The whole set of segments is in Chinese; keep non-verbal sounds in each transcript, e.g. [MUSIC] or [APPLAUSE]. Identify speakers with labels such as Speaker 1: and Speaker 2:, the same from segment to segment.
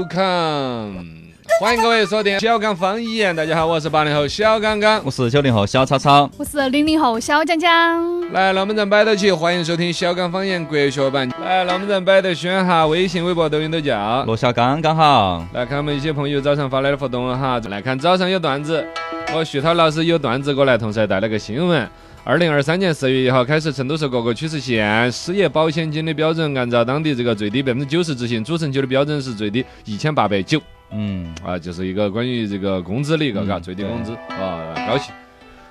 Speaker 1: Welcome，欢迎各位收听小刚方言。大家好，我是八零后小刚刚。
Speaker 2: 我是九零后小超超，
Speaker 3: 我是零零后小江江，
Speaker 1: 来，龙门阵摆到起，欢迎收听小刚方言国学版。来，龙门阵摆到轩哈，微信、微博、抖音都叫。
Speaker 2: 罗小刚刚好，
Speaker 1: 来看我们一些朋友早上发来的活动了哈，来看早上有段子，我徐涛老师有段子过来，同时还带了个新闻。二零二三年四月一号开始，成都市各个区市县失业保险金的标准按照当地这个最低百分之九十执行，主城区的标准是最低一千八百九
Speaker 2: 嗯，
Speaker 1: 啊，就是一个关于这个工资的一个嘎，
Speaker 2: 嗯
Speaker 1: 最低工资啊，高兴。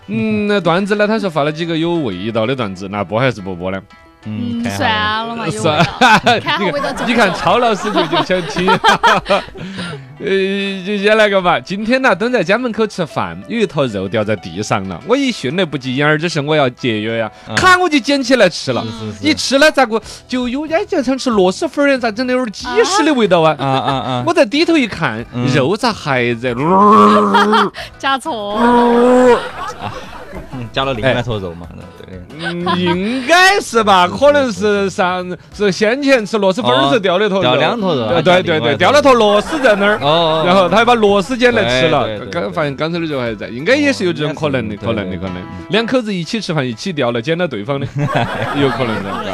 Speaker 1: 嗯，那段子呢？他说发了几个有味道的段子，那播还是不播呢？
Speaker 2: 嗯
Speaker 3: 嗯，
Speaker 2: 看一下
Speaker 3: 算了嘛，有味
Speaker 1: 算
Speaker 3: 道，看
Speaker 1: [LAUGHS]
Speaker 3: 好
Speaker 1: 你
Speaker 3: 味道重
Speaker 1: 你看
Speaker 3: 不重
Speaker 1: 超老师就就想听，呃，就先来个吧。今天呢，蹲在家门口吃饭，有一坨肉掉在地上了，我一迅雷不及掩耳之势，我要节约呀，
Speaker 2: 嗯
Speaker 1: 咔我就捡起来吃了。
Speaker 2: 是是
Speaker 1: 一吃呢，咋个就有点就像吃螺蛳粉儿一样，咋整的有点鸡屎的味道啊？
Speaker 2: 啊啊啊，
Speaker 1: 我在低头一看，
Speaker 2: 嗯
Speaker 1: 肉咋还在？
Speaker 3: 加错，
Speaker 2: 嗯加了另外一坨肉嘛，对，
Speaker 1: 嗯 [LAUGHS] 应该是吧，
Speaker 2: 嗯
Speaker 1: 可能是上是先前吃螺蛳粉儿时候掉了一坨
Speaker 2: 哦掉
Speaker 1: 肉，
Speaker 2: 两坨肉，
Speaker 1: 呃
Speaker 2: 还
Speaker 1: 对对
Speaker 2: 加另
Speaker 1: 对，
Speaker 2: 外一
Speaker 1: 掉了
Speaker 2: 坨肉，
Speaker 1: 坨螺丝在那儿，
Speaker 2: 哦，
Speaker 1: 然后他还把螺丝捡来吃
Speaker 2: 对
Speaker 1: 了
Speaker 2: 对，对
Speaker 1: 刚
Speaker 2: 对
Speaker 1: 发现刚才的肉还在，应该也是有这种可能的，
Speaker 2: 哦
Speaker 1: 可能的
Speaker 2: 对对
Speaker 1: 可能。两口子一起吃饭，一起掉了，捡到对
Speaker 2: [LAUGHS]
Speaker 1: 方的，有可能的。嘎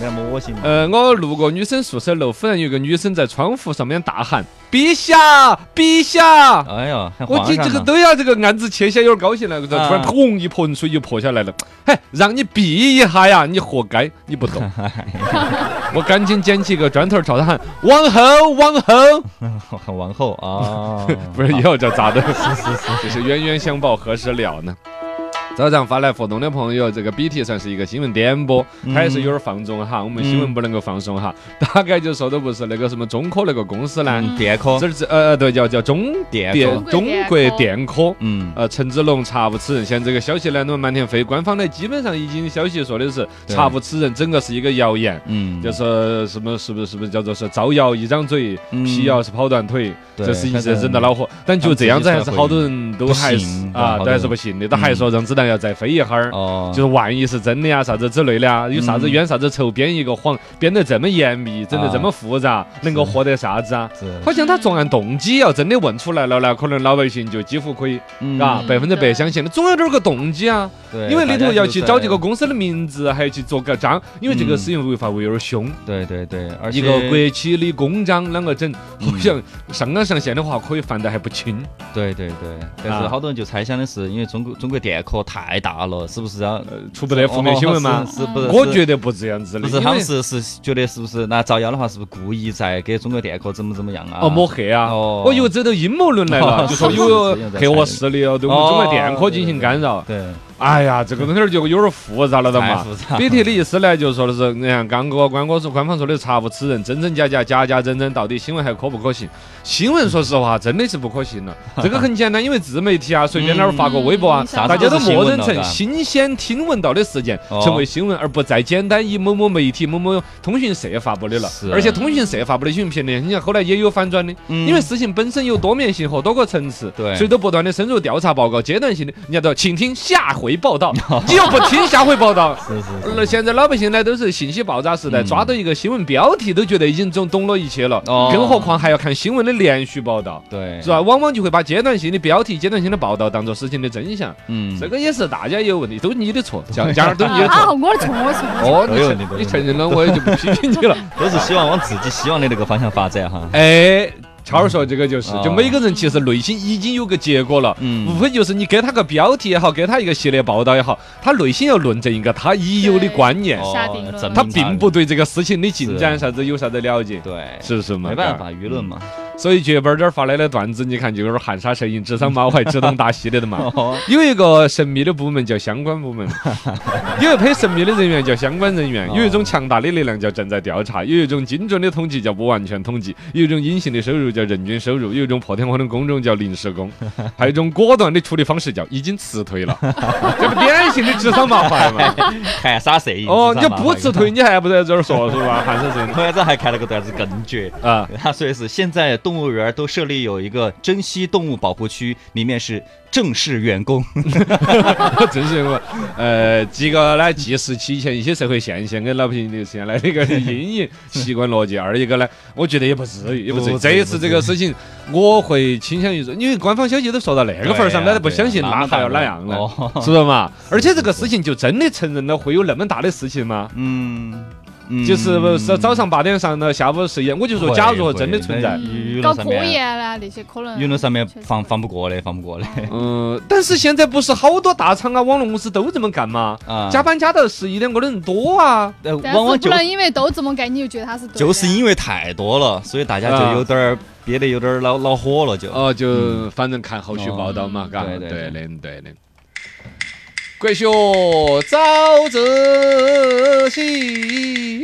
Speaker 2: 那么恶心，
Speaker 1: 呃，我路过女生宿舍楼，忽然有个女生在窗户上面大喊：“陛下，陛下！”
Speaker 2: 哎呦，还
Speaker 1: 我
Speaker 2: 皇
Speaker 1: 这
Speaker 2: 上
Speaker 1: 这个
Speaker 2: 呢
Speaker 1: 都要这个案子切下有点高兴了，突然
Speaker 2: 啊
Speaker 1: 砰一盆水就泼下来了，嘿，让你避一下呀，你活该，你不
Speaker 2: [LAUGHS]
Speaker 1: 懂。我赶紧捡起个砖头朝他喊：“往后，往后！”
Speaker 2: 很王后
Speaker 1: [LAUGHS]
Speaker 2: 啊，
Speaker 1: 不是以后叫咋的？就是冤冤相报何时了呢？早上发来活动的朋友，这个 BT 算是一个新闻点播，它还是有点放纵哈。我们新闻
Speaker 2: 嗯
Speaker 1: 不能够放松哈，大概就说的不是那个什么中科那个公司呢，
Speaker 2: 嗯电科
Speaker 1: 这，儿是呃对叫叫中
Speaker 2: 电
Speaker 1: 电
Speaker 2: 科，
Speaker 1: 中
Speaker 3: 中
Speaker 1: 国
Speaker 3: 国
Speaker 1: 电
Speaker 3: 电
Speaker 1: 科。
Speaker 2: 嗯，
Speaker 1: 呃，陈志龙查无此人，现在这个消息呢，那么满天飞。官方呢，基本上已经消息说的是
Speaker 2: 对
Speaker 1: 查无此人，整个是一个谣言，
Speaker 2: 嗯，
Speaker 1: 就是什么是不是是不是叫做是造谣一张嘴，
Speaker 2: 嗯
Speaker 1: 辟谣是跑断腿，
Speaker 2: 对
Speaker 1: 这是一
Speaker 2: 反
Speaker 1: 直
Speaker 2: 正
Speaker 1: 整到恼火。但就这样子，还是好多人都还
Speaker 2: 不
Speaker 1: 是
Speaker 2: 信
Speaker 1: 啊，
Speaker 2: 好多人嗯
Speaker 1: 都还是不信的，都还说让子弹要再飞一会儿。
Speaker 2: 哦，嗯
Speaker 1: 就是万一是真的呀，啥子之类的啊，有啥子冤啥子仇，编一个谎，编得这么严密，整得这么复杂，能够获得啥子啊？
Speaker 2: 啊是
Speaker 1: 好像他作案动机要真的问出来了呢，可能老百姓就几乎可以，
Speaker 2: 嗯
Speaker 1: 嘎，百分之百相信了。总有点儿个动机啊，
Speaker 2: 对，
Speaker 1: 因为里头
Speaker 2: 大家
Speaker 1: 要
Speaker 2: 就
Speaker 1: 去
Speaker 2: 在
Speaker 1: 找这个，公司的名字，还要去做个章，因为这个
Speaker 2: 嗯
Speaker 1: 使用违法违有点凶。
Speaker 2: 对对对，而且
Speaker 1: 一个国企的公章啷个整？
Speaker 2: 嗯
Speaker 1: 好像上纲上线的话，可以犯得还不轻。
Speaker 2: 对对对，但
Speaker 1: 啊
Speaker 2: 是好多人就猜想的是，因为中国中国电科太大了，是不是要
Speaker 1: 出不得负面新闻吗
Speaker 2: 哦是是不是？
Speaker 1: 我
Speaker 2: 是
Speaker 1: 觉得不是这样子的，
Speaker 2: 不是，
Speaker 1: 因
Speaker 2: 他
Speaker 1: 为
Speaker 2: 们是是觉得是不是那造谣的话，是不是故意在给中国电科怎么怎么样啊？
Speaker 1: 哦抹黑啊！
Speaker 2: 哦
Speaker 1: 我以为走到阴谋论来了，
Speaker 2: 哦
Speaker 1: 就说
Speaker 2: 是
Speaker 1: 有
Speaker 2: 是是有点
Speaker 1: 黑恶
Speaker 2: 残忍
Speaker 1: 势力哦，对我们中国
Speaker 2: 哦
Speaker 1: 电科进行干扰。
Speaker 2: 对，
Speaker 1: 哎呀，这个东西儿就有点复杂了的
Speaker 2: 太
Speaker 1: 嘛
Speaker 2: 复。杂了
Speaker 1: BT 的意思呢，就是说的是，你看刚哥、关哥说官方说的查无此人，真真假假，假假真真，到底新闻还可不可信？新闻说实话真的是不可信
Speaker 2: [LAUGHS]
Speaker 1: 了。这个很简单，因为自媒体啊，随便哪儿发个微博啊
Speaker 3: 嗯，啥
Speaker 1: 大家
Speaker 2: 子
Speaker 1: 都
Speaker 2: 都是
Speaker 1: 默认
Speaker 2: 新闻
Speaker 1: 成
Speaker 2: 了
Speaker 1: 新鲜听闻到的事件，
Speaker 2: 哦
Speaker 1: 成为新闻，而不再简单以某某媒体、某某通讯社发布的了
Speaker 2: 是。啊
Speaker 1: 而且通讯社发布的新闻评论，你看后来也有反转的，
Speaker 2: 嗯
Speaker 1: 因为事情本身有多面性和多个层次，
Speaker 2: 对
Speaker 1: 所以都不断的深入调查报告，阶段性的，人家都要请听下回报
Speaker 2: [LAUGHS]
Speaker 1: 道，
Speaker 2: 哦
Speaker 1: 你又不听下回报道。
Speaker 2: 是是
Speaker 1: 那现在老百姓呢，都是信息爆炸时代，
Speaker 2: 嗯
Speaker 1: 抓到一个新闻标题都觉得已经懂懂了一切了，
Speaker 2: 哦
Speaker 1: 更何况还要看新闻的连续报道，
Speaker 2: 对，
Speaker 1: 是吧？往往就会把阶段性的标题、阶段性的报道当做事情的真相，
Speaker 2: 嗯，
Speaker 1: 这个也是大家有问题，都是你的错，讲讲都是
Speaker 2: [LAUGHS]
Speaker 1: 你的
Speaker 3: 啊，
Speaker 1: 错。
Speaker 3: 我的错，我的错，
Speaker 1: 哦，
Speaker 2: 都
Speaker 1: 你
Speaker 2: 有
Speaker 1: 承
Speaker 2: 你都有
Speaker 1: 你承认了，我也就不批评你了。
Speaker 2: 都是希望往自己希望的那个方向发展哈。
Speaker 1: 哎，超儿说这个就是，就
Speaker 2: 哦
Speaker 1: 每个人其实内心已经有个结果了。
Speaker 2: 嗯
Speaker 1: 无非就是你给他个标题也好，给他一个系列报道也好，他内心要论证一个他已有的观念，
Speaker 3: 哦 [LAUGHS] 下定论
Speaker 2: 证明
Speaker 1: 他并不对这个事情的进展啥子有啥子了解，
Speaker 2: 对，
Speaker 1: 是不是嘛？
Speaker 2: 没办法，舆论嘛，
Speaker 1: 所以剧本这儿发来的段子，你看就有点含沙射影、指桑骂槐、指东打西的
Speaker 2: [LAUGHS]
Speaker 1: 嘛。
Speaker 2: 哦，
Speaker 1: 有一个神秘的部门叫相关部门，有一批神秘的人员叫相关人员，有一种强大的力量叫正在调查，有一种精准的统计叫不完全统计，有一种隐形的收入叫人均收入，有一种破天荒的工种叫临时工，还有一种果断的处理方式叫已经辞退了，这不典型的指桑骂槐嘛？
Speaker 2: 含沙射影。
Speaker 1: 哦，
Speaker 2: 知
Speaker 1: 你
Speaker 2: 道吗
Speaker 1: 不
Speaker 2: [LAUGHS]
Speaker 1: 辞退，，你还不在这儿说是吧？韩先生
Speaker 2: 我这还看了个段子更绝。 [LAUGHS]
Speaker 1: 啊，
Speaker 2: 他说的是，现在动物园都设立有一个珍稀动物保护区，里面是正式员工。
Speaker 1: 真是 [LAUGHS] 我呃，几个呢，既是以前一些社会现象跟老百姓留下来的一个阴影、习惯逻辑；二一个呢，我觉得也不至
Speaker 2: [LAUGHS]
Speaker 1: 于，也不至于。
Speaker 2: 不
Speaker 1: 这
Speaker 2: 至于
Speaker 1: 一次这个事情，我会倾向于说，因为官方消息都说到那个份儿上，
Speaker 2: 对
Speaker 1: 大
Speaker 2: 啊
Speaker 1: 家不相信，
Speaker 2: 对啊
Speaker 1: 那还要哪样呢？
Speaker 2: [LAUGHS] 哦
Speaker 1: 是不是嘛？而且这个事情就真的承认了会有那么大的事情吗？
Speaker 2: 嗯， [LAUGHS] 嗯
Speaker 1: 就是不是早上八点上到下午十一，我就说，
Speaker 2: 会
Speaker 1: 假如真的存在
Speaker 2: 会，
Speaker 3: 嗯
Speaker 2: 舆
Speaker 3: 搞
Speaker 2: 论上
Speaker 3: 科
Speaker 2: 面
Speaker 3: 研啦那些可能。
Speaker 2: 舆论上面
Speaker 3: 确实
Speaker 2: 放放不过的，放不过的
Speaker 1: 嗯，但是现在不是好多大厂啊、网络公司都这么干吗？
Speaker 2: [LAUGHS] 啊。
Speaker 1: 加班加到十一点过的人多啊。
Speaker 2: 呃，往
Speaker 3: 但是
Speaker 2: 往
Speaker 3: 不
Speaker 2: 就
Speaker 3: 能因为都这么干，你就觉得他是对的。
Speaker 2: 就是因为太多了，所以大家
Speaker 1: 啊
Speaker 2: 就有点儿憋得有点儿恼恼火了，就。
Speaker 1: 哦，就反正看后续报道嘛，
Speaker 3: 哦
Speaker 1: 嘎，
Speaker 2: 嗯对
Speaker 1: 对
Speaker 2: 对
Speaker 1: 的，对的。国学早自习，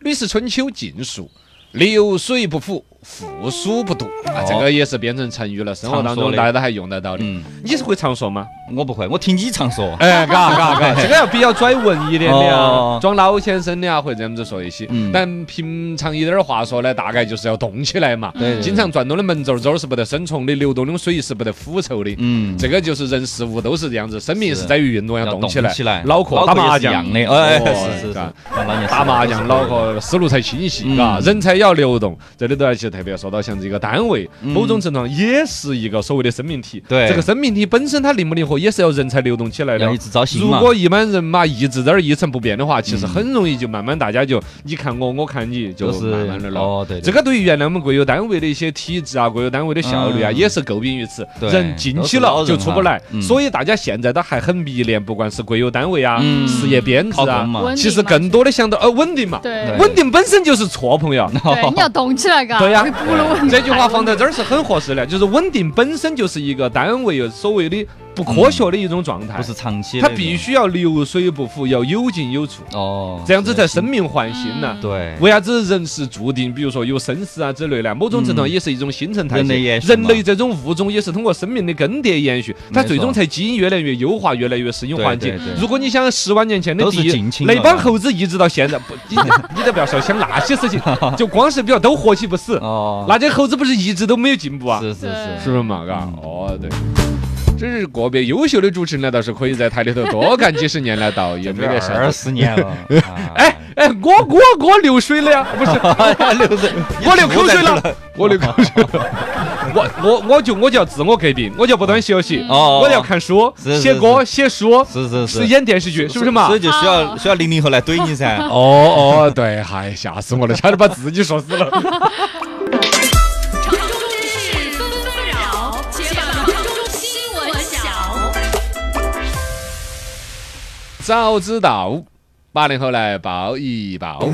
Speaker 1: 吕氏春秋尽述。流水不腐，覆书不读啊，这个也是变成成语了，生活当
Speaker 2: 常说
Speaker 1: 中
Speaker 2: 的
Speaker 1: 大家都还用得到的。
Speaker 2: 嗯，
Speaker 1: 你是会常说吗？
Speaker 2: 我不会，我听你常说。
Speaker 1: [LAUGHS] 哎，嘎嘎
Speaker 2: [LAUGHS]
Speaker 1: 嘎，这个要比较拽文一点的
Speaker 2: 哦
Speaker 1: 啊，装老先生的啊，会这样子说一些
Speaker 2: 嗯。
Speaker 1: 但平常一点儿话说呢，大概就是要动起来嘛。
Speaker 2: 对
Speaker 1: 经常转动的门轴轴是不得生虫的，流动的水是不得腐臭的。
Speaker 2: 嗯，
Speaker 1: 这个就是人事物都是这样子，生命
Speaker 2: 是
Speaker 1: 是在于运动，
Speaker 2: 要
Speaker 1: 要动起
Speaker 2: 起
Speaker 1: 来。
Speaker 2: 来，
Speaker 1: 脑壳打麻将
Speaker 2: 也是一样的，哎，
Speaker 1: 哦
Speaker 2: 是是是，
Speaker 1: 干
Speaker 2: 老年
Speaker 1: 打麻
Speaker 2: 思
Speaker 1: 将，
Speaker 2: 维
Speaker 1: 脑壳思路才清晰，
Speaker 2: 嗯
Speaker 1: 嘎、人才也要流动。这里头要去特别说到，像这个单位，某种程度上也是一个所谓的生命体。
Speaker 2: 嗯对
Speaker 1: 这个生命体本身它灵不灵活，也是要人才流动起来的哦
Speaker 2: 要一。直招新
Speaker 1: 如
Speaker 2: 嘛。嗯
Speaker 1: 果一般人嘛一直在那儿一成不变的话，其实很容易就慢慢大家就你看我，我看你，就
Speaker 2: 就是
Speaker 1: 慢慢的了。
Speaker 2: 哦，对，
Speaker 1: 这
Speaker 2: 个
Speaker 1: 个对于原来我们国有单位的一些体制啊，国有单位的效率啊，
Speaker 2: 嗯
Speaker 1: 也是诟病于此。
Speaker 2: 对
Speaker 1: 人进去
Speaker 2: 都
Speaker 1: 了
Speaker 2: 是老
Speaker 1: 就
Speaker 2: 人
Speaker 1: 出不来，
Speaker 2: 嗯
Speaker 1: 所以大家现在都还很迷恋，不管是国有单位啊、
Speaker 2: 嗯
Speaker 1: 事业编制
Speaker 2: 考公
Speaker 1: 啊，
Speaker 2: 嘛
Speaker 3: 稳，定
Speaker 1: 其实
Speaker 3: 嘛
Speaker 1: 更多的想到呃稳定嘛，
Speaker 3: 对
Speaker 2: 对
Speaker 1: 稳定本身就是错，朋
Speaker 2: [LAUGHS]
Speaker 1: 友。
Speaker 3: 对，你要动起来，嘎。
Speaker 1: 对呀
Speaker 3: 不如哦你
Speaker 1: 这句话放在这儿是很合适的，就是稳定本身就是一个单位有所谓的不科学的一种状态，
Speaker 2: 不是长期的
Speaker 1: 它
Speaker 2: 那种，
Speaker 1: 必须要流水不腐，要有进有出，
Speaker 2: 哦，
Speaker 1: 这样子
Speaker 2: 是
Speaker 1: 才生命换新呢
Speaker 3: 嗯。
Speaker 2: 对，
Speaker 1: 为啥子人是注定，比如说有生死啊之类的，某种程度上
Speaker 2: 嗯
Speaker 1: 也是一种新陈代
Speaker 2: 人类
Speaker 1: 谢。
Speaker 2: 延续
Speaker 1: 人
Speaker 2: 嘛
Speaker 1: 类这种物种也是通过生命的更迭延续，它
Speaker 2: 没
Speaker 1: 最终
Speaker 2: 错
Speaker 1: 才基因越来越优化，越来越适应
Speaker 2: 对
Speaker 1: 环
Speaker 2: 对
Speaker 1: 境
Speaker 2: 对。
Speaker 1: 如果你想十万年前的
Speaker 2: 都是
Speaker 1: 地
Speaker 2: 近，亲
Speaker 1: 那
Speaker 2: 了
Speaker 1: 帮
Speaker 2: 嘛
Speaker 1: 猴子一直到现在，
Speaker 2: [LAUGHS]
Speaker 1: 不，你你都不要说想那些事情，就光是比较都活起不死，
Speaker 2: [LAUGHS] 哦，
Speaker 1: 那些猴子不是一直都没有进步啊？
Speaker 2: 是是是，
Speaker 1: 是不是嘛？嘎
Speaker 2: 嗯，
Speaker 1: 哦，对。真是个别优秀的主持人呢，倒是可以在台里头多干几十年来倒也没得事儿
Speaker 2: [LAUGHS] 二。十年了，啊
Speaker 1: [LAUGHS] 哎，哎，我我我流水了呀，不
Speaker 2: [LAUGHS]
Speaker 1: 是
Speaker 2: 流水，
Speaker 1: 哎我流口水了，我流口水了。我我我就我就要自我革命，我就要不断学习，
Speaker 2: 哦，
Speaker 1: 我要看书、
Speaker 2: 是是
Speaker 1: 写歌、写书、
Speaker 2: 是是是
Speaker 1: 是演电视剧， [LAUGHS] 是不是嘛
Speaker 2: 所？以就需
Speaker 3: 啊
Speaker 2: 要需要零零后来怼你噻。
Speaker 1: 哦哦，对，嗨，吓死我了，差点把自己说死了。
Speaker 4: 城中事纷纷扰，且把城中新闻晓。
Speaker 1: 早知道。八零后来报一报，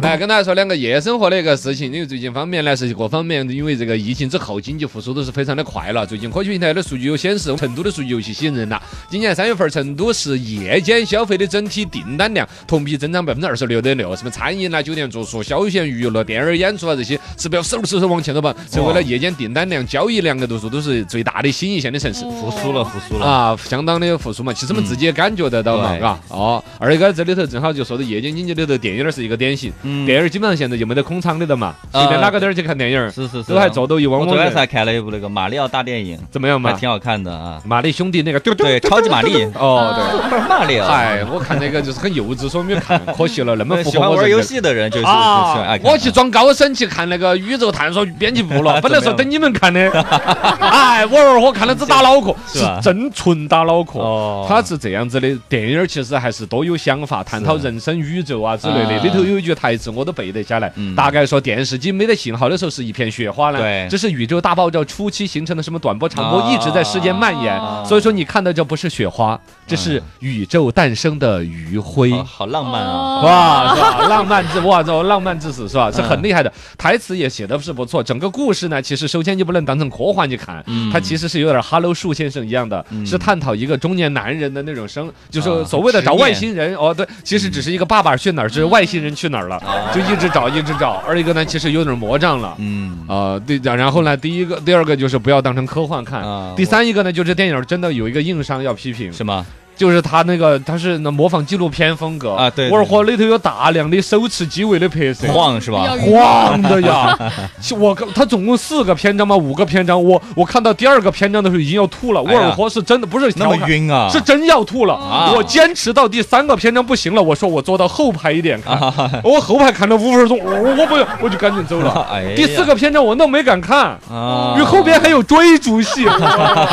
Speaker 1: 来跟大家说两个夜生活的一个事情，因为最近方面呢是各方面，因为这个疫情之后经济复苏都是非常的快了。最近科学平台的数据有显示，成都的数据尤其吸引人了。今年三月份，成都市夜间消费的整体订单量同比增长百分之二十六点六，什么餐饮啦、酒店住宿、休闲娱乐、电影演出啊这些指标嗖嗖嗖往前走吧，成为了夜间订单量、交易量的度数都是最大的新一线的城市。
Speaker 2: 复苏了，复苏了。
Speaker 1: 啊，相当的复苏嘛。其实我们自己也感觉得到嘛，
Speaker 2: 嗯嗯对
Speaker 1: 嘎、哦，二一个这里头正好就说到夜间经济里头，电影儿是一个典型。
Speaker 2: 嗯
Speaker 1: 电影儿基本上现在就没得空场的了嘛，随
Speaker 2: 啊
Speaker 1: 便哪个点儿去看电影儿，
Speaker 2: 是是是，
Speaker 1: 都还坐到一
Speaker 2: 我
Speaker 1: 汪
Speaker 2: 昨
Speaker 1: 汪
Speaker 2: 晚才
Speaker 1: 的，
Speaker 2: 看了一部那个马里奥大电影，
Speaker 1: 怎么样
Speaker 2: 还
Speaker 1: 嘛？
Speaker 2: 挺好看的啊。
Speaker 1: 马里兄弟
Speaker 2: [LAUGHS]
Speaker 1: 那个丢丢
Speaker 2: 对，超级玛丽，
Speaker 1: 哦，
Speaker 2: 马里
Speaker 1: 对，
Speaker 2: 奥。
Speaker 1: 哎，我看那个就是很幼稚，所以没有
Speaker 2: [LAUGHS]
Speaker 1: 看，可惜了，那么
Speaker 2: 对
Speaker 1: 符
Speaker 2: 喜
Speaker 1: 合
Speaker 2: 欢
Speaker 1: 我
Speaker 2: 玩
Speaker 1: 人
Speaker 2: 游
Speaker 1: 格
Speaker 2: 戏的人就是喜欢
Speaker 1: 啊
Speaker 2: 爱！看
Speaker 1: 我去装高深去看那个宇宙探索编辑部了，
Speaker 2: [LAUGHS]
Speaker 1: 本来说等你们看的，哎，我儿我看了只打脑壳，
Speaker 2: 是
Speaker 1: 是
Speaker 2: 吧
Speaker 1: 真纯打脑壳。
Speaker 2: 哦
Speaker 1: 他是这样子的，电影儿其实还是多有想法，探讨人生、宇宙啊之类的
Speaker 2: 啊，
Speaker 1: 里头有一句台词我都背得下来
Speaker 2: 嗯，
Speaker 1: 大概说电视机没得信号的时候是一片雪花呢
Speaker 2: 对，
Speaker 1: 这是宇宙大爆炸初期形成的什么短波、长波
Speaker 2: 啊
Speaker 1: 一直在世间蔓延
Speaker 3: 哦，
Speaker 1: 所以说你看到这不是雪花，这是宇宙诞生的余晖。
Speaker 2: 嗯好好浪漫啊！
Speaker 3: 哦
Speaker 1: 哇，是吧？浪漫至哇，这浪漫至死是吧？
Speaker 2: 嗯
Speaker 1: 是很厉害的，台词也写的是不错。整个故事呢，其实首先就不能当成科幻去看，
Speaker 2: 嗯
Speaker 1: 它其实是有点《哈喽树先生》一样的，是探讨一个中年男人的那种生，就
Speaker 2: 啊
Speaker 1: 是所谓的
Speaker 2: 执
Speaker 1: 找外
Speaker 2: 念
Speaker 1: 星人。哦，对，其实只是一个爸爸去哪儿，
Speaker 2: 嗯
Speaker 1: 是外星人去哪儿了，就一直找，一直找。二一个呢，其实有点魔障了。
Speaker 2: 啊嗯，
Speaker 1: 啊、对，然然后呢，第一个、第二个就是不要当成科幻看，
Speaker 2: 啊
Speaker 1: 第三一个呢，就是电影真的有一个硬伤要批评，
Speaker 2: 是吗？
Speaker 1: 就是他那个，他是那模仿纪录片风格
Speaker 2: 啊对对
Speaker 1: 沃尔霍里头有大量的手持机位的拍摄。
Speaker 2: 晃是吧
Speaker 3: 要？
Speaker 1: 晃的
Speaker 2: [LAUGHS]
Speaker 1: 呀！是我靠他总共四个篇章嘛，五个篇章，我我看到第二个篇章的时候已经要吐了。沃
Speaker 2: 哎呀
Speaker 1: 尔霍是真的不是
Speaker 2: 那
Speaker 1: 调
Speaker 2: 么
Speaker 1: 侃
Speaker 2: 晕啊？
Speaker 1: 是真要吐了。
Speaker 2: 啊
Speaker 1: 我坚持到第三个篇章不行了，我说我坐到后排一点看，
Speaker 2: 啊
Speaker 1: 我后排看了五分钟，我我不我就赶紧走了。
Speaker 2: [LAUGHS] 哎呀
Speaker 1: 第四个篇章我那没敢看，
Speaker 2: 啊
Speaker 1: 因为后边还有追逐
Speaker 2: [LAUGHS]
Speaker 1: 戏。哇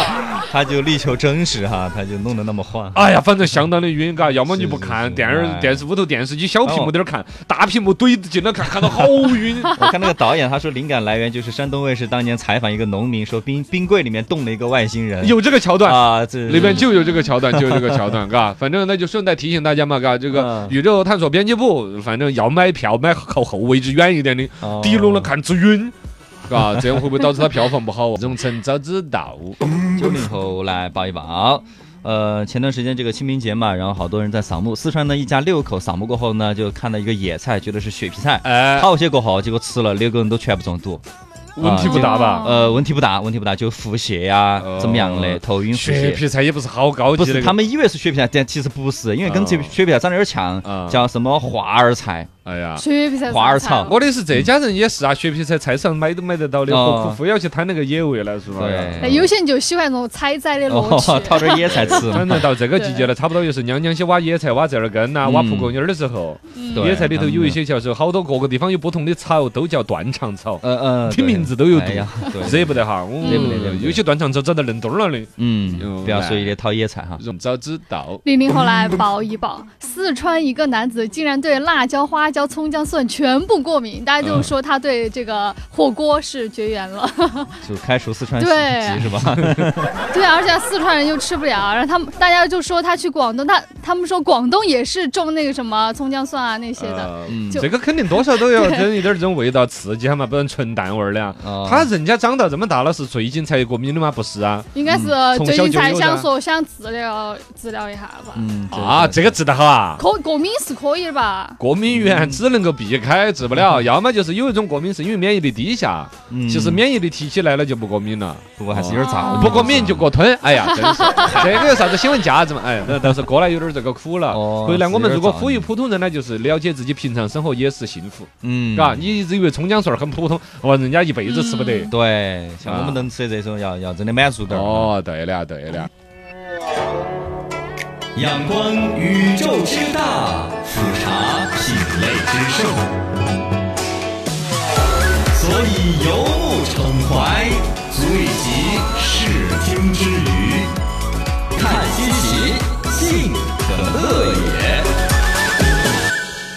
Speaker 2: 他就力求真实哈，他就弄得那
Speaker 1: [LAUGHS]
Speaker 2: 么晃。
Speaker 1: 哎呀，反正相当的晕，嘎，要么你
Speaker 2: 是
Speaker 1: 不
Speaker 2: 是
Speaker 1: 看
Speaker 2: 是
Speaker 1: 电视
Speaker 2: 哎
Speaker 1: 电视屋头电视机小屏幕在那儿看，大屏幕怼进了看，看到好
Speaker 2: [LAUGHS]
Speaker 1: 晕。
Speaker 2: 我看那个导演他说灵感来源就是山东卫视当年采访一个农民，说冰冰柜里面冻了一个外星人。
Speaker 1: 有这个桥段，
Speaker 2: 啊，嗯这
Speaker 1: 里面就有这个桥段，就有这个桥段，
Speaker 2: [LAUGHS]
Speaker 1: 嘎，反正那就顺带提醒大家嘛，嘎，这个
Speaker 2: 嗯
Speaker 1: 宇宙探索编辑部，反正要买票，买靠后位置远一点的，
Speaker 2: 哦
Speaker 1: 低落了看直晕，
Speaker 2: [LAUGHS]
Speaker 1: 嘎，这样会不会导致它票房不好？容成早知道，
Speaker 2: 九零后来抱一抱。呃，前段时间这个清明节嘛，然后好多人在扫墓。四川的一家六口扫墓过后呢，就看到一个野菜，觉得是雪皮菜，
Speaker 1: 哎，
Speaker 2: 掏些过后，结果吃了，六个人都全部中毒。
Speaker 1: 问题不大吧？
Speaker 2: 呃，问题不大，问题不大，就腹泻呀，
Speaker 1: 哦
Speaker 2: 怎么样嘞？头晕腹
Speaker 1: 雪
Speaker 2: 泻。
Speaker 1: 皮菜也不是好高
Speaker 2: 不
Speaker 1: 级的
Speaker 2: 是，
Speaker 1: 个，
Speaker 2: 他们以为是雪皮菜，但其实不是，因为跟
Speaker 1: 哦
Speaker 2: 这雪皮菜长得有点像，
Speaker 1: 嗯
Speaker 2: 叫什么花儿菜。
Speaker 1: 哎呀，
Speaker 3: 雪皮菜
Speaker 2: 花儿
Speaker 3: 草
Speaker 2: 草，
Speaker 1: 我的是这家人也是啊，雪皮菜菜市场买都买得到的，
Speaker 2: 哦
Speaker 1: 何苦非要去贪那个野味呢？是吧？
Speaker 2: 对
Speaker 3: 那有些人就喜欢那种采摘的乐趣。
Speaker 2: 掏哦点
Speaker 1: [LAUGHS]
Speaker 2: 野菜吃。
Speaker 1: 反正到这个季节了，差不多又是娘娘些挖野菜、挖折耳根呐、
Speaker 2: 嗯
Speaker 1: 挖蒲公英儿的时候。
Speaker 2: 对
Speaker 1: 野菜里头有一，些叫是好多各个地方有不同的草，都叫断肠草，
Speaker 2: 呃呃，
Speaker 1: 听
Speaker 2: 对
Speaker 1: 名字都有毒
Speaker 2: 哎呀，对
Speaker 1: 惹不得哈。
Speaker 3: 惹不得
Speaker 2: 惹不得
Speaker 1: 有些断肠草长得嫩多了的， [LAUGHS]
Speaker 2: 嗯，不要随意的掏野菜哈。
Speaker 1: 人早知道。
Speaker 3: 零零后来保一保，四川一个男子竟然对辣椒、花椒、葱姜蒜全部过敏，大家就说他对这个火锅是绝缘了。
Speaker 2: 就开除四川籍
Speaker 3: 对 [LAUGHS]
Speaker 2: 籍是吧？ [LAUGHS]
Speaker 3: 对，啊而且四川人又吃不了，然后他们大家就说他去广东，他他们说广东也是种那个什么葱姜蒜啊那些的。
Speaker 1: 呃
Speaker 2: 嗯
Speaker 3: 就
Speaker 1: 这个肯定多少都
Speaker 3: [LAUGHS]
Speaker 1: 要整一点儿这种味道刺激下嘛，不然纯淡味儿的啊。
Speaker 2: 哦
Speaker 1: 他人家长到这么大了，是最近才过敏的吗？不是啊。
Speaker 3: 应该是
Speaker 1: 从
Speaker 3: 最
Speaker 1: 小
Speaker 3: 近
Speaker 1: 就
Speaker 3: 才
Speaker 1: 有的
Speaker 3: 想说想治疗治疗一下吧，
Speaker 2: 嗯
Speaker 1: 啊，这个治得好啊。
Speaker 3: 可过敏是可以的吧？
Speaker 1: 过敏源只能够避开，治不
Speaker 2: 嗯
Speaker 1: 了。要么就是有一种过敏是因为免疫力低下，其实免疫力提起来了就不过敏了，
Speaker 2: 不过还是有点早，
Speaker 1: 哦不过敏就过吞。
Speaker 2: 嗯
Speaker 1: 哎呀，真
Speaker 2: [LAUGHS]
Speaker 1: 是这个有啥子新闻价值嘛？哎，但是过来有点这个苦了。
Speaker 2: 哦
Speaker 1: 回来我们如果
Speaker 2: 是有点早
Speaker 1: 呼吁普通人呢，就是了解自己平常生活也是幸福，
Speaker 2: 嗯，
Speaker 1: 嘎、你一直以为葱姜蒜儿很普通，哇，人家一辈子吃不得。
Speaker 2: 对，像
Speaker 1: 啊
Speaker 2: 我们能吃的这种要要真的满足点儿。
Speaker 1: 哦，对了对了。
Speaker 5: 仰观宇宙之大，俯察品类之盛。所以游目骋怀，足以及视听之娱，看稀奇，性可乐也。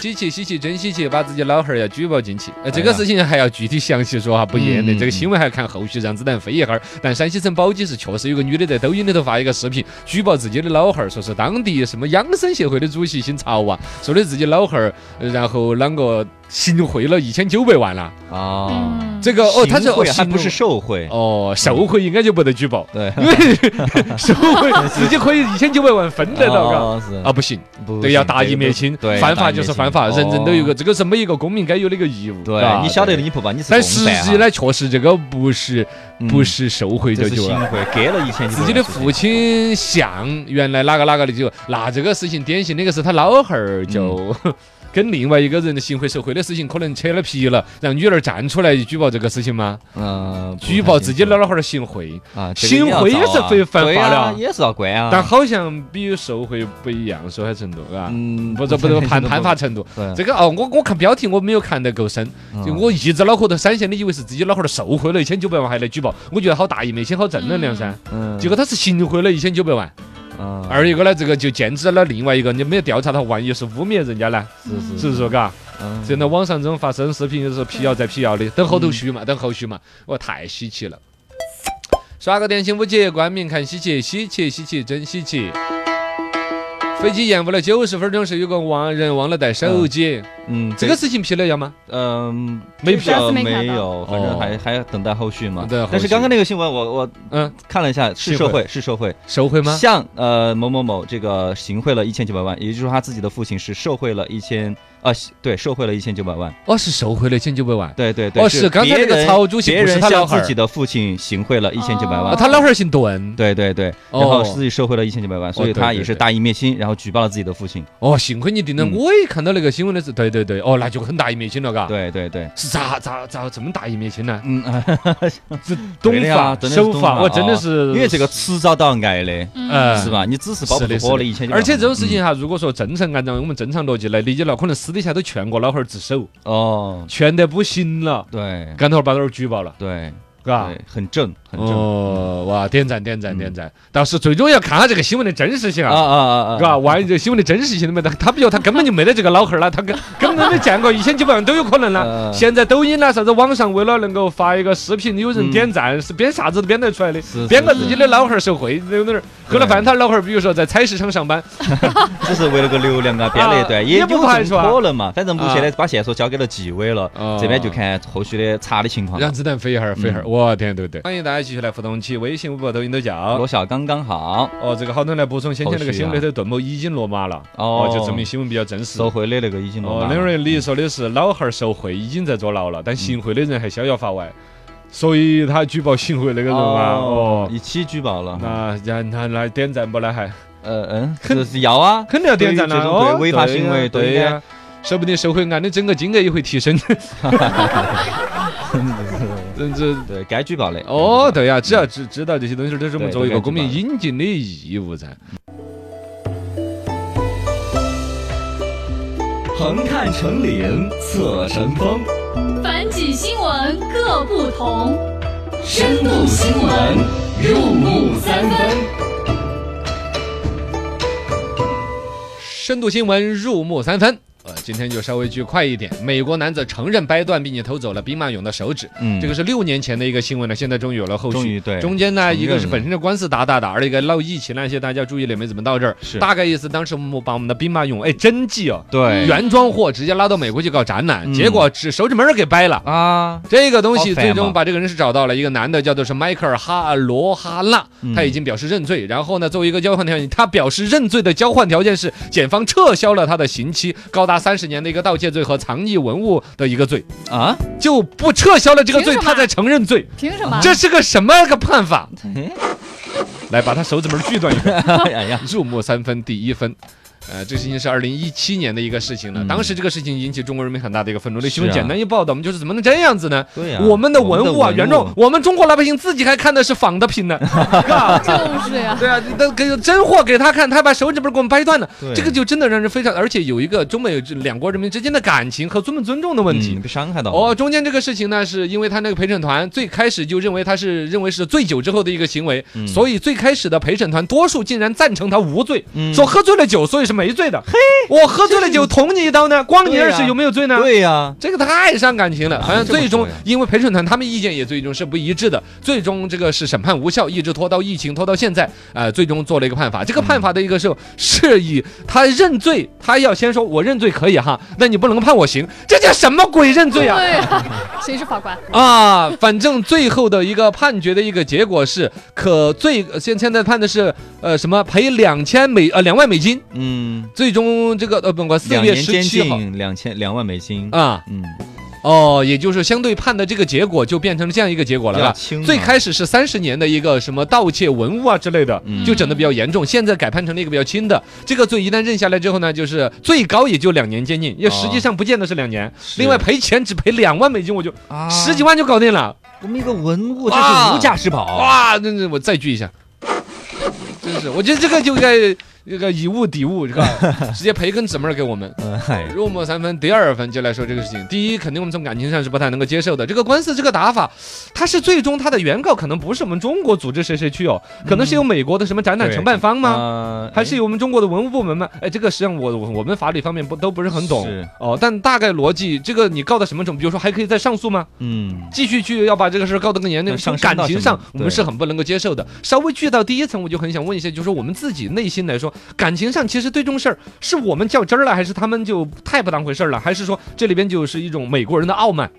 Speaker 1: 稀奇稀奇，真稀奇！把自己老汉儿要举报进去。呃，这个事情还要具体详细说哈，不严的。
Speaker 2: 哎嗯
Speaker 1: 这个新闻还要看后续，让子弹飞一会儿。但山西省宝鸡市确实有个女的在抖音里头发一个视频，举报自己的老汉儿，说是当地什么养生协会的主席姓曹啊，说的自己老汉儿，呃然后啷个行贿了一千九百万啦。
Speaker 2: 啊，
Speaker 3: 嗯，
Speaker 1: 这个哦，他是
Speaker 2: 行
Speaker 1: 哦
Speaker 2: 贿啊还不是
Speaker 1: 行
Speaker 2: 受贿，
Speaker 1: 哦，受贿应该就不得举报， [LAUGHS]
Speaker 2: 对，
Speaker 1: 因为受贿
Speaker 2: [LAUGHS]
Speaker 1: 自己可以一千九百万分得到，嘎。
Speaker 2: 哦是
Speaker 1: 啊，不行，
Speaker 2: 不
Speaker 1: 对，要
Speaker 2: 行
Speaker 1: 大义灭亲，
Speaker 2: 对，
Speaker 1: 犯
Speaker 2: 大
Speaker 1: 法
Speaker 2: 义
Speaker 1: 就
Speaker 2: 灭
Speaker 1: 是
Speaker 2: 亲
Speaker 1: 犯法，人人都有。个
Speaker 2: 哦
Speaker 1: 这个是每一个公民该有的一个义务。
Speaker 2: 对
Speaker 1: 嘎
Speaker 2: 你晓得的，
Speaker 1: 对
Speaker 2: 你不吧？你是
Speaker 1: 但
Speaker 2: 共
Speaker 1: 实
Speaker 2: 犯哈
Speaker 1: 际呢，确实这个不是
Speaker 2: 嗯
Speaker 1: 不是受贿
Speaker 2: 这
Speaker 1: 就是就
Speaker 2: 行
Speaker 1: 了。
Speaker 2: 贿，给了一千，
Speaker 1: 自己的父亲像原来哪个哪个的就，那这个事情典型的一个是他老汉
Speaker 2: 嗯
Speaker 1: 儿就 [LAUGHS] 跟另外一个人的行贿受贿的事情可能扯了皮了，让女儿站出来举报这个事情吗？
Speaker 2: 嗯，不
Speaker 1: 举
Speaker 2: 太
Speaker 1: 报
Speaker 2: 清
Speaker 1: 自己
Speaker 2: 楚
Speaker 1: 老汉儿行贿，
Speaker 2: 啊，
Speaker 1: 行贿也是非犯法的
Speaker 2: 的，也是要关啊。
Speaker 1: 但好像比受贿不一样，受害程度啊，
Speaker 2: 嗯，
Speaker 1: 不是不是判判罚程度。
Speaker 2: 对，
Speaker 1: 这个哦，我我看标题我没有看得够深，
Speaker 2: 嗯
Speaker 1: 就我一直脑壳头闪现的以为是自己脑壳头受贿了一千九百万还来举报，我觉得好大义灭亲，好正能量噻。
Speaker 2: 嗯
Speaker 1: 结果他是行贿了一千九百万，
Speaker 2: 嗯，
Speaker 1: 二一个呢，这个就剑指了另外一个，你没有调查他，万一是污蔑人家呢？
Speaker 2: 是是
Speaker 1: 是不是说，嘎？
Speaker 2: 嗯
Speaker 1: 现在网上这种发生视频，就是辟谣再辟谣的，等后头续嘛，等后续嘛，我太稀奇了。刷个点心五级，冠名看稀奇，稀奇稀奇真稀奇。飞机延误了九十分钟，是有个忘人忘了带手机，
Speaker 2: 嗯，
Speaker 1: 这个事情辟了谣吗？
Speaker 2: 嗯，
Speaker 1: 没
Speaker 3: 辟谣
Speaker 2: 票没有，反正还
Speaker 1: 哦
Speaker 2: 还等待后续嘛。
Speaker 1: 等待后续
Speaker 2: 但是刚刚那个新闻，我我
Speaker 1: 嗯，
Speaker 2: 看了一下，
Speaker 1: 幸
Speaker 2: 是社
Speaker 1: 会
Speaker 2: 会，是社会，
Speaker 1: 受贿吗？
Speaker 2: 向呃某某某这个行贿了一千九百万，也就是说他自己的父亲是受贿了一千啊，对，受贿了一千九百万。
Speaker 1: 哦，是受贿了一千九百万。
Speaker 2: 对对对，
Speaker 1: 哦是刚才那个
Speaker 2: 别人
Speaker 1: 曹主席
Speaker 2: 别
Speaker 1: 不是
Speaker 2: 人
Speaker 1: 他老
Speaker 2: 向
Speaker 1: 汉儿
Speaker 2: 自己的父亲行贿了一千九百
Speaker 1: 啊，
Speaker 2: 万
Speaker 3: 哦。
Speaker 1: 他老汉儿姓段，
Speaker 2: 对对对，
Speaker 1: 哦
Speaker 2: 然后自己受贿了一千九百万，所以
Speaker 1: 对
Speaker 2: 他
Speaker 1: 对
Speaker 2: 也是
Speaker 1: 对
Speaker 2: 大义灭亲，然后举报了自己的父亲。
Speaker 1: 哦，幸亏你定了。
Speaker 2: 嗯
Speaker 1: 我也看到那个新闻的是，对对对，哦，那就很大义灭亲了，嘎。
Speaker 2: 对对对，
Speaker 1: 是咋咋咋这么大义灭亲呢？
Speaker 2: 嗯，
Speaker 1: 这
Speaker 2: 对
Speaker 1: 懂
Speaker 2: 的呀
Speaker 1: 法
Speaker 2: 真的是
Speaker 1: 手
Speaker 2: 懂
Speaker 1: 法，
Speaker 2: 法
Speaker 1: 我真的
Speaker 2: 哦
Speaker 1: 是
Speaker 2: 因为这个迟早到挨的，
Speaker 3: 嗯
Speaker 1: 呃
Speaker 2: 是？吧？你嗯只是包不
Speaker 1: 是的
Speaker 2: 住
Speaker 1: 是
Speaker 2: 火
Speaker 1: 的
Speaker 2: 了一千九百万。
Speaker 1: 而且这种事情哈，如果说正常按照我们正常逻辑来理解了，可能私底下都劝过老汉儿自首，
Speaker 2: 嗯哦，
Speaker 1: 劝得不行了，
Speaker 2: 对
Speaker 1: 干头儿把老汉儿举报了，
Speaker 2: 对
Speaker 1: 嘎。
Speaker 2: 对，很正很正
Speaker 1: 啊哦，哇，点赞点赞
Speaker 2: 嗯
Speaker 1: 点赞！但是最终要看下这个新闻的真实性
Speaker 2: 啊
Speaker 1: 啊，
Speaker 2: 啊啊啊！
Speaker 1: 嘎，万一这个新闻的真实性都没得，他不就他根本就没得这个老汉儿了，他根 [LAUGHS] 根本没见过，一千九百万都有可能
Speaker 2: [LAUGHS]
Speaker 1: 了。
Speaker 2: 呃
Speaker 1: 现在抖音啦，啥子网上为了能够发一个视频，有人
Speaker 2: 嗯
Speaker 1: 点赞是编啥子都编得出来的，
Speaker 2: 是嗯
Speaker 1: 编个
Speaker 2: 是
Speaker 1: 自己的老汉儿受贿，有点儿。后来
Speaker 2: 对
Speaker 1: 发现他老汉儿，比如说在菜市场上班，
Speaker 2: [LAUGHS] 只是为了个流量啊，编了一
Speaker 1: 啊
Speaker 2: 段，
Speaker 1: 也
Speaker 2: 有
Speaker 1: 不排
Speaker 2: 这
Speaker 1: 除啊
Speaker 2: 种可能嘛。反正目前呢，
Speaker 1: 啊
Speaker 2: 把线索交给了纪委了
Speaker 1: 哦，
Speaker 2: 这边就看后续的查的情况了。
Speaker 1: 让子弹飞一会儿，飞一会儿，
Speaker 2: 啊嗯
Speaker 1: 我天，对不对？欢迎大家继续来互动起，微信、微博、抖音都叫
Speaker 2: 罗。小刚刚好，
Speaker 1: 哦，这个好多人来补充，先前那个
Speaker 2: 后续啊
Speaker 1: 新闻里头，盾某已经落马了，
Speaker 2: 哦
Speaker 1: 就证明新闻比较真实。
Speaker 2: 受贿的那个已经落
Speaker 1: 哦，
Speaker 2: 马
Speaker 1: 那
Speaker 2: 了。
Speaker 1: 人你说的是老汉儿受贿已经在坐牢了，但行贿的人还逍遥法外，所以他举报行贿那个人啊，哦，
Speaker 2: 一起举报了。
Speaker 1: 那让他来点赞不呢？还
Speaker 2: 呃
Speaker 1: [LAUGHS]
Speaker 2: 嗯，这是要啊，
Speaker 1: 肯定要点赞
Speaker 2: 对于
Speaker 1: 了
Speaker 2: 这种
Speaker 1: 哦，
Speaker 2: 对违法行为
Speaker 1: 对
Speaker 2: 对
Speaker 1: 呀
Speaker 2: 呀。
Speaker 1: 说不定受贿案的整个金额也会提 [LAUGHS] 升，这这
Speaker 2: 对该举报的。
Speaker 1: 哦，
Speaker 2: 该举
Speaker 1: 对呀、只要知知道这些东西，这是我们
Speaker 2: 对
Speaker 1: 作为一个
Speaker 2: 都该
Speaker 1: 公民
Speaker 2: 知道
Speaker 1: 应尽的义务噻。
Speaker 5: 横看成岭侧成峰，
Speaker 4: 反几新闻各不同，
Speaker 5: 深度新闻入木三分。
Speaker 1: 深度新闻入木三分。呃，今天就稍微句快一点。美国男子承认掰断并且偷走了兵马俑的手指，
Speaker 2: 报，嗯，
Speaker 1: 这个是六年前的一个新闻了，现在终于有了后续。
Speaker 2: 终于对
Speaker 1: 中间呢，
Speaker 2: 承认
Speaker 1: 一个是
Speaker 2: 了
Speaker 1: 本身的官司打打打，而一个闹疫情那些，大家注意了没？怎么到这儿？
Speaker 2: 是
Speaker 1: 大概意思，当时我们把我们的兵马俑，哎，真迹哦，
Speaker 2: 对
Speaker 1: 原装货直接拉到美国去搞展览，
Speaker 2: 嗯
Speaker 1: 结果只手指门儿给掰了。
Speaker 2: 啊，
Speaker 1: 这个东西
Speaker 2: 好烦
Speaker 1: 最
Speaker 2: 嘛
Speaker 1: 终把这个人是找到了，一个男的叫做是迈克尔哈罗哈纳，
Speaker 2: 嗯
Speaker 1: 他已经表示认罪。然后呢，作为一个交换条件，他表示认罪的交换条件是检方撤销了他的刑期高达三十年的一个盗窃罪和藏匿文物的一个罪，
Speaker 2: 啊， [LAUGHS]
Speaker 1: 就不撤销了这个罪，
Speaker 3: 凭什么
Speaker 1: 他才承认罪。
Speaker 3: 凭什么？
Speaker 1: 这是个什么个判法？来，把他手指门锯断一个。
Speaker 2: [LAUGHS] 哎呀，
Speaker 1: 入木三分，第一分。呃，这个事情是二零一七年的一个事情了，
Speaker 2: 嗯
Speaker 1: 当时这个事情引起中国人民很大的一个愤怒。那新闻
Speaker 2: 是啊
Speaker 1: 简单一报道，我们就是怎么能这样子呢？
Speaker 2: 对呀，
Speaker 1: 我们的文物啊，原装，我们中国老百姓自己还看的是仿的
Speaker 2: [LAUGHS]
Speaker 1: 品呢，嘎
Speaker 3: 就是呀，
Speaker 1: 对啊，那给真货给他看，他还把手指不是给我们掰断了，
Speaker 2: 对
Speaker 1: 这个就真的让人非常，而且有一个中美两国人民之间的感情和尊不尊重的问题
Speaker 2: 嗯。被伤害到了
Speaker 1: 哦，，中间这个事情呢，是因为他那个陪审团最开始就认为他是认为是醉酒之后的一个行为，
Speaker 2: 嗯
Speaker 1: 所以最开始的陪审团多数竟然赞成他无罪，
Speaker 2: 嗯
Speaker 1: 说喝醉了酒，所以是没罪的。嘿，我喝醉了酒捅你一刀呢，光你
Speaker 2: 对
Speaker 1: 二
Speaker 2: 呀
Speaker 1: 十有没有罪呢？
Speaker 2: 对呀，
Speaker 1: 这个太伤感情了。
Speaker 2: 啊
Speaker 1: 好像
Speaker 2: 这么
Speaker 1: 最终
Speaker 2: 说呀
Speaker 1: 因为陪审团他们意见也最终是不一致的，最终这个是审判无效，一直拖到疫情，拖到现在，呃，最终做了一个判罚。这个判罚的一个时候是以他认罪，他要先说我认罪可以哈，那你不能判我刑，这叫什么鬼认罪啊？
Speaker 3: 呀，谁是法官？
Speaker 1: 啊，反正最后的一个判决的一个结果是，可最现现在判的是呃什么赔两千美呃两万美金，
Speaker 2: 嗯，
Speaker 1: 最终这个呃不不四
Speaker 2: 两
Speaker 1: 月
Speaker 2: 年
Speaker 1: 十
Speaker 2: 监
Speaker 1: 七号
Speaker 2: 禁两千两万美金，
Speaker 1: 啊。
Speaker 2: 嗯，
Speaker 1: 哦，也就是相对判的这个结果就变成这样一个结果了，
Speaker 2: 比较
Speaker 1: 是
Speaker 2: 轻
Speaker 1: 吧？
Speaker 2: 啊嘛
Speaker 1: 最开始是三十年的一个什么盗窃文物啊之类的，
Speaker 2: 嗯
Speaker 1: 就整的比较严重。现在改判成了一个比较轻的，这个罪一旦认下来之后呢，就是最高也就两年监禁，因为实际上不见得是两年。
Speaker 2: 是
Speaker 1: 另外赔钱只赔两万美金，我就
Speaker 2: 啊
Speaker 1: 十几万就搞定了。
Speaker 2: 我们一个文物这
Speaker 1: 哇
Speaker 2: 是无价之宝，
Speaker 1: 哇，那那我再锯一下，真是，我觉得这个就该这个以物抵物，是吧？
Speaker 2: [LAUGHS]
Speaker 1: 直接培根姊妹儿给我们。
Speaker 2: 嗯，嗨，
Speaker 1: 入木三分，第二分就来说这个事情。第一，肯定我们从感情上是不太能够接受的。这个官司这个打法，它是最终它的原告可能不是我们中国组织谁谁去哦，可能是由美国的什么展览
Speaker 2: 对
Speaker 1: 承办方吗？
Speaker 2: 嗯呃嗯
Speaker 1: 还是由我们中国的文物部门吗？哎，这个实际上我我我们法律方面不都不是很懂
Speaker 2: 是
Speaker 1: 哦，但大概逻辑，这个你告到什么程度？比如说还可以再上诉吗？
Speaker 2: 嗯，
Speaker 1: 继续去要把这个事儿告得更严，那
Speaker 2: 那上
Speaker 1: 种
Speaker 2: 升
Speaker 1: 感
Speaker 2: 到
Speaker 1: 情
Speaker 2: 什
Speaker 1: 上
Speaker 2: 么
Speaker 1: 我们
Speaker 2: 对
Speaker 1: 是很不能够接受的。稍微去到第一层，我就很想问一下，就是我们自己内心来说，感情上其实对这种事儿，是我们较真儿了，还是他们就太不当回事儿了？还是说这里边就是一种美国人的傲慢，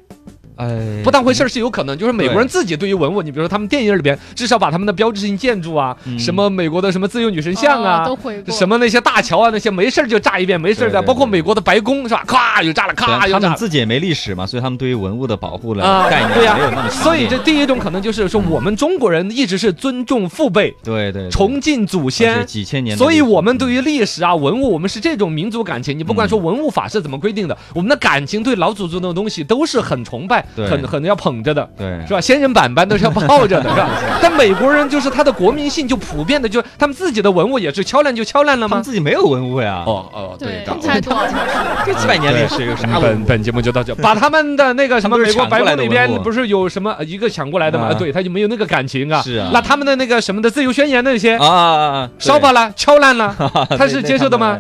Speaker 2: 哎，
Speaker 1: 不当回事儿是有可能？就是美国
Speaker 2: 对
Speaker 1: 人自己对于文物，你比如说他们电影里边，至少把他们的标志性建筑啊，
Speaker 2: 嗯
Speaker 1: 什么美国的什么自由女神像
Speaker 3: 哦
Speaker 1: 啊
Speaker 3: 都。回过
Speaker 1: 什
Speaker 3: 么？
Speaker 1: 么那些大桥啊，那些没事儿就炸一遍，没事儿的，
Speaker 2: 对对
Speaker 1: 包括
Speaker 2: 对
Speaker 1: 美国的白宫是吧？咔又炸了，
Speaker 2: 对
Speaker 1: 咔又炸
Speaker 2: 他们
Speaker 1: 了。
Speaker 2: 自己也没历史嘛，所以他们对于文物的保护了
Speaker 1: 啊
Speaker 2: 概念
Speaker 1: 对呀
Speaker 2: 没有那么强烈。嗯
Speaker 1: 所以这第一种可能就是说，我们中国人一直是尊重父辈、
Speaker 2: 对对对
Speaker 1: 崇敬祖
Speaker 2: 嗯而
Speaker 1: 先
Speaker 2: 且。几千年的历史，嗯
Speaker 1: 所以，我们对于历史啊、文物，我们是这种民族感情。你不管说文物法是怎么规定的，我们的感情对老祖宗的东西都是很崇拜、
Speaker 2: 对
Speaker 1: 很很要捧着的，
Speaker 2: 对
Speaker 1: 是吧？仙人板板都是要抱着的，是
Speaker 2: [LAUGHS]
Speaker 1: 吧？但美国人就是他的国民性就普遍的，就是他们自己的文物也是敲烂就敲烂了
Speaker 2: 他们
Speaker 1: 吗？
Speaker 2: 自己没有文物呀，
Speaker 1: 哦哦，
Speaker 3: 对，
Speaker 1: 的
Speaker 3: 太多了。
Speaker 2: 这几百年历史有啥
Speaker 1: [LAUGHS]
Speaker 2: 文
Speaker 1: 本
Speaker 2: 物？
Speaker 1: 本节目就到这，啊把他们的那个什么
Speaker 2: 他们
Speaker 1: 美
Speaker 2: 不是
Speaker 1: 国白宫那
Speaker 2: 抢过来的文
Speaker 1: 边
Speaker 2: 物
Speaker 1: 不是有什么呃一个抢过来的嘛？
Speaker 2: 啊
Speaker 1: 对，他就没有那个感情啊。
Speaker 2: 是啊
Speaker 1: 那他们的那个什么的自由宣言那些，
Speaker 2: 啊啊啊，啊
Speaker 1: 烧吧，了，敲烂 [LAUGHS] 了，
Speaker 2: 对
Speaker 1: 他是接受的吗？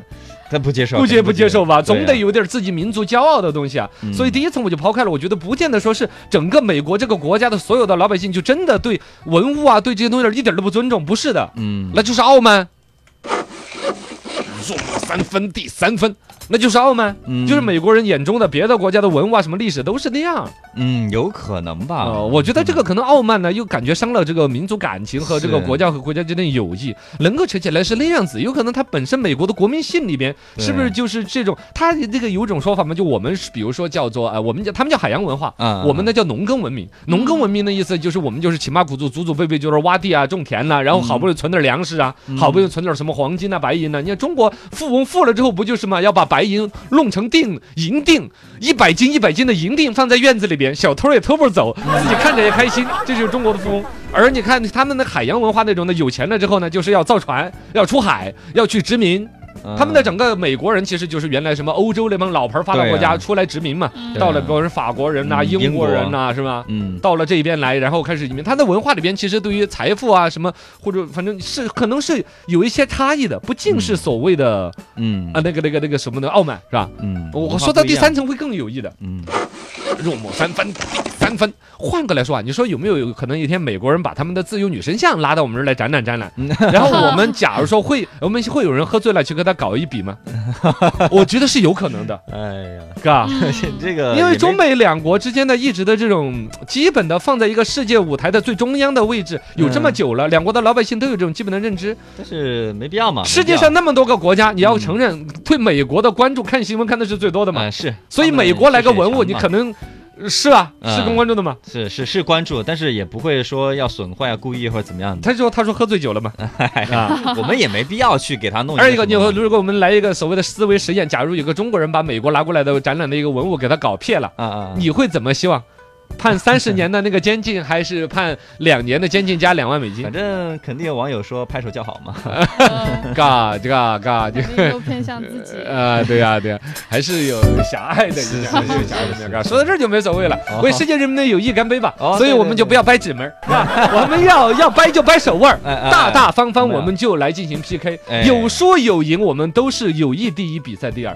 Speaker 2: 他
Speaker 1: [LAUGHS]
Speaker 2: 不接受，
Speaker 1: 不接不接受吧？
Speaker 2: 对啊
Speaker 1: 总得有点自己民族骄傲的东西啊。
Speaker 2: 嗯
Speaker 1: 所以第一层我就抛开了，我觉得不见得说是整个美国这个国家的所有的老百姓就真的对文物啊，对这些东西一点都不尊重，不是的，
Speaker 2: 嗯，
Speaker 1: 那就是傲慢。入木三分，第三分，那就是傲慢。
Speaker 2: 嗯
Speaker 1: 就是美国人眼中的别的国家的文化、什么历史都是那样。
Speaker 2: 嗯有可能吧。
Speaker 1: 哦，我觉得这个可能傲慢呢，又感觉伤了这个民族感情和这个
Speaker 2: 是
Speaker 1: 国家和国家之间的友谊。能够扯起来是那样子，有可能它本身美国的国民性里边
Speaker 2: 对
Speaker 1: 是不是就是这种？它这个有一种说法嘛，就我们是比如说叫做啊、呃我们叫他们叫海洋文化。
Speaker 2: 啊，嗯
Speaker 1: 我们呢叫农耕文明，农耕文明的意思就是我们就是勤巴苦做，祖祖辈辈就是挖地啊、种田呐、然后好不容易存点粮食啊，
Speaker 2: 嗯
Speaker 1: 好不容易存点什么黄金呐、白银呐、你看中国富翁富了之后不就是嘛，要把白银弄成锭、银锭，一百斤一百斤的银锭放在院子里边，小偷也偷不
Speaker 2: [LAUGHS]
Speaker 1: 走，自己看着也开心，这就是中国的富翁。而你看他们的海洋文化那种的，有钱了之后呢，就是要造船，要出海，要去殖民，
Speaker 2: 嗯
Speaker 1: 他们的整个美国人其实就是原来什么欧洲那帮老牌发达国
Speaker 2: 对
Speaker 1: 家
Speaker 2: 啊
Speaker 1: 出来殖民嘛，
Speaker 3: 嗯
Speaker 1: 到了比如说法国人呐、
Speaker 2: 嗯
Speaker 1: 英国人呐、是吧？
Speaker 2: 嗯
Speaker 1: 到了这边来，然后开始移民，他的文化里边其实对于财富啊什么，或者反正是可能是有一些差异的，不尽是所谓的、
Speaker 2: 嗯
Speaker 1: 啊那个那个那个什么的傲慢是吧？
Speaker 2: 嗯，
Speaker 1: 我
Speaker 2: 文化
Speaker 1: 说到
Speaker 2: 不一
Speaker 1: 第
Speaker 2: 样
Speaker 1: 三，层会更有益的，
Speaker 2: 嗯
Speaker 1: 入木三分，第三分。换个来说啊，你说有没有可能有一天美国人把他们的自由女神像拉到我们这儿来展览
Speaker 2: [LAUGHS]
Speaker 1: 展览？然后我们假如说会，我们会有人喝醉了去跟他搞一笔
Speaker 2: [LAUGHS]
Speaker 1: 吗？我觉得是有可能的，
Speaker 2: 哎呀，
Speaker 1: 哥。
Speaker 2: 这个
Speaker 1: 因为
Speaker 2: 呃也
Speaker 1: 中
Speaker 2: 没
Speaker 1: 美两国之间的一直的这种基本的放在一个世界舞台的最中央的位置，有这么
Speaker 2: 嗯
Speaker 1: 久了，两国的老百姓都有这种基本的认知。
Speaker 2: 但是没必要嘛，
Speaker 1: 世
Speaker 2: 啊没必
Speaker 1: 界
Speaker 2: 要
Speaker 1: 上那么多个国家，你要承认对美国的关注看新闻看的是最多的嘛
Speaker 2: 哎，是，
Speaker 1: 所以
Speaker 2: 他们
Speaker 1: 美国来个文物，
Speaker 2: 确实
Speaker 1: 你
Speaker 2: 也
Speaker 1: 可
Speaker 2: 强嘛
Speaker 1: 能是啊，是
Speaker 2: 嗯
Speaker 1: 公关注的嘛。
Speaker 2: 是是是关注，但是也不会说要损坏啊、故意或者怎么样的。
Speaker 1: 他说他说喝醉酒了
Speaker 2: [LAUGHS]
Speaker 1: 嘛。啊。
Speaker 2: 我们也没必要去给他
Speaker 1: [LAUGHS]
Speaker 2: 弄。
Speaker 1: 二一个，你
Speaker 2: 有
Speaker 1: 如果我们来一个所谓的思维实验，假如有个中国人把美国拿过来的展览的一个文物给他搞撇了，
Speaker 2: 啊啊，
Speaker 1: 你会怎么希望？
Speaker 2: [LAUGHS]
Speaker 1: 判三十年的那个监禁，还是判两年的监禁加两万美金
Speaker 2: 反？正肯定有网友说拍手叫好嘛。
Speaker 3: 呃
Speaker 1: [LAUGHS] 嘎这个嘎
Speaker 2: [LAUGHS]
Speaker 1: 这
Speaker 3: 肯定都偏向自己。
Speaker 1: 啊，对呀、对呀、还是有狭隘的，一点还是有狭隘的那
Speaker 2: [LAUGHS]
Speaker 1: 个。说到这儿就没所谓了，为世界人民的友谊干杯吧！
Speaker 2: 哦
Speaker 1: 所以
Speaker 2: 对
Speaker 1: 我们
Speaker 2: 对
Speaker 1: 就
Speaker 2: 对
Speaker 1: 不要掰指门儿，是吧？ [LAUGHS] 我们要要掰就掰手腕儿，
Speaker 2: [LAUGHS] 哎哎
Speaker 1: 大大方方
Speaker 2: 哎
Speaker 1: 我们就来进行 PK，
Speaker 2: 哎
Speaker 1: 有输有赢，我们都是友谊第一，比赛第二。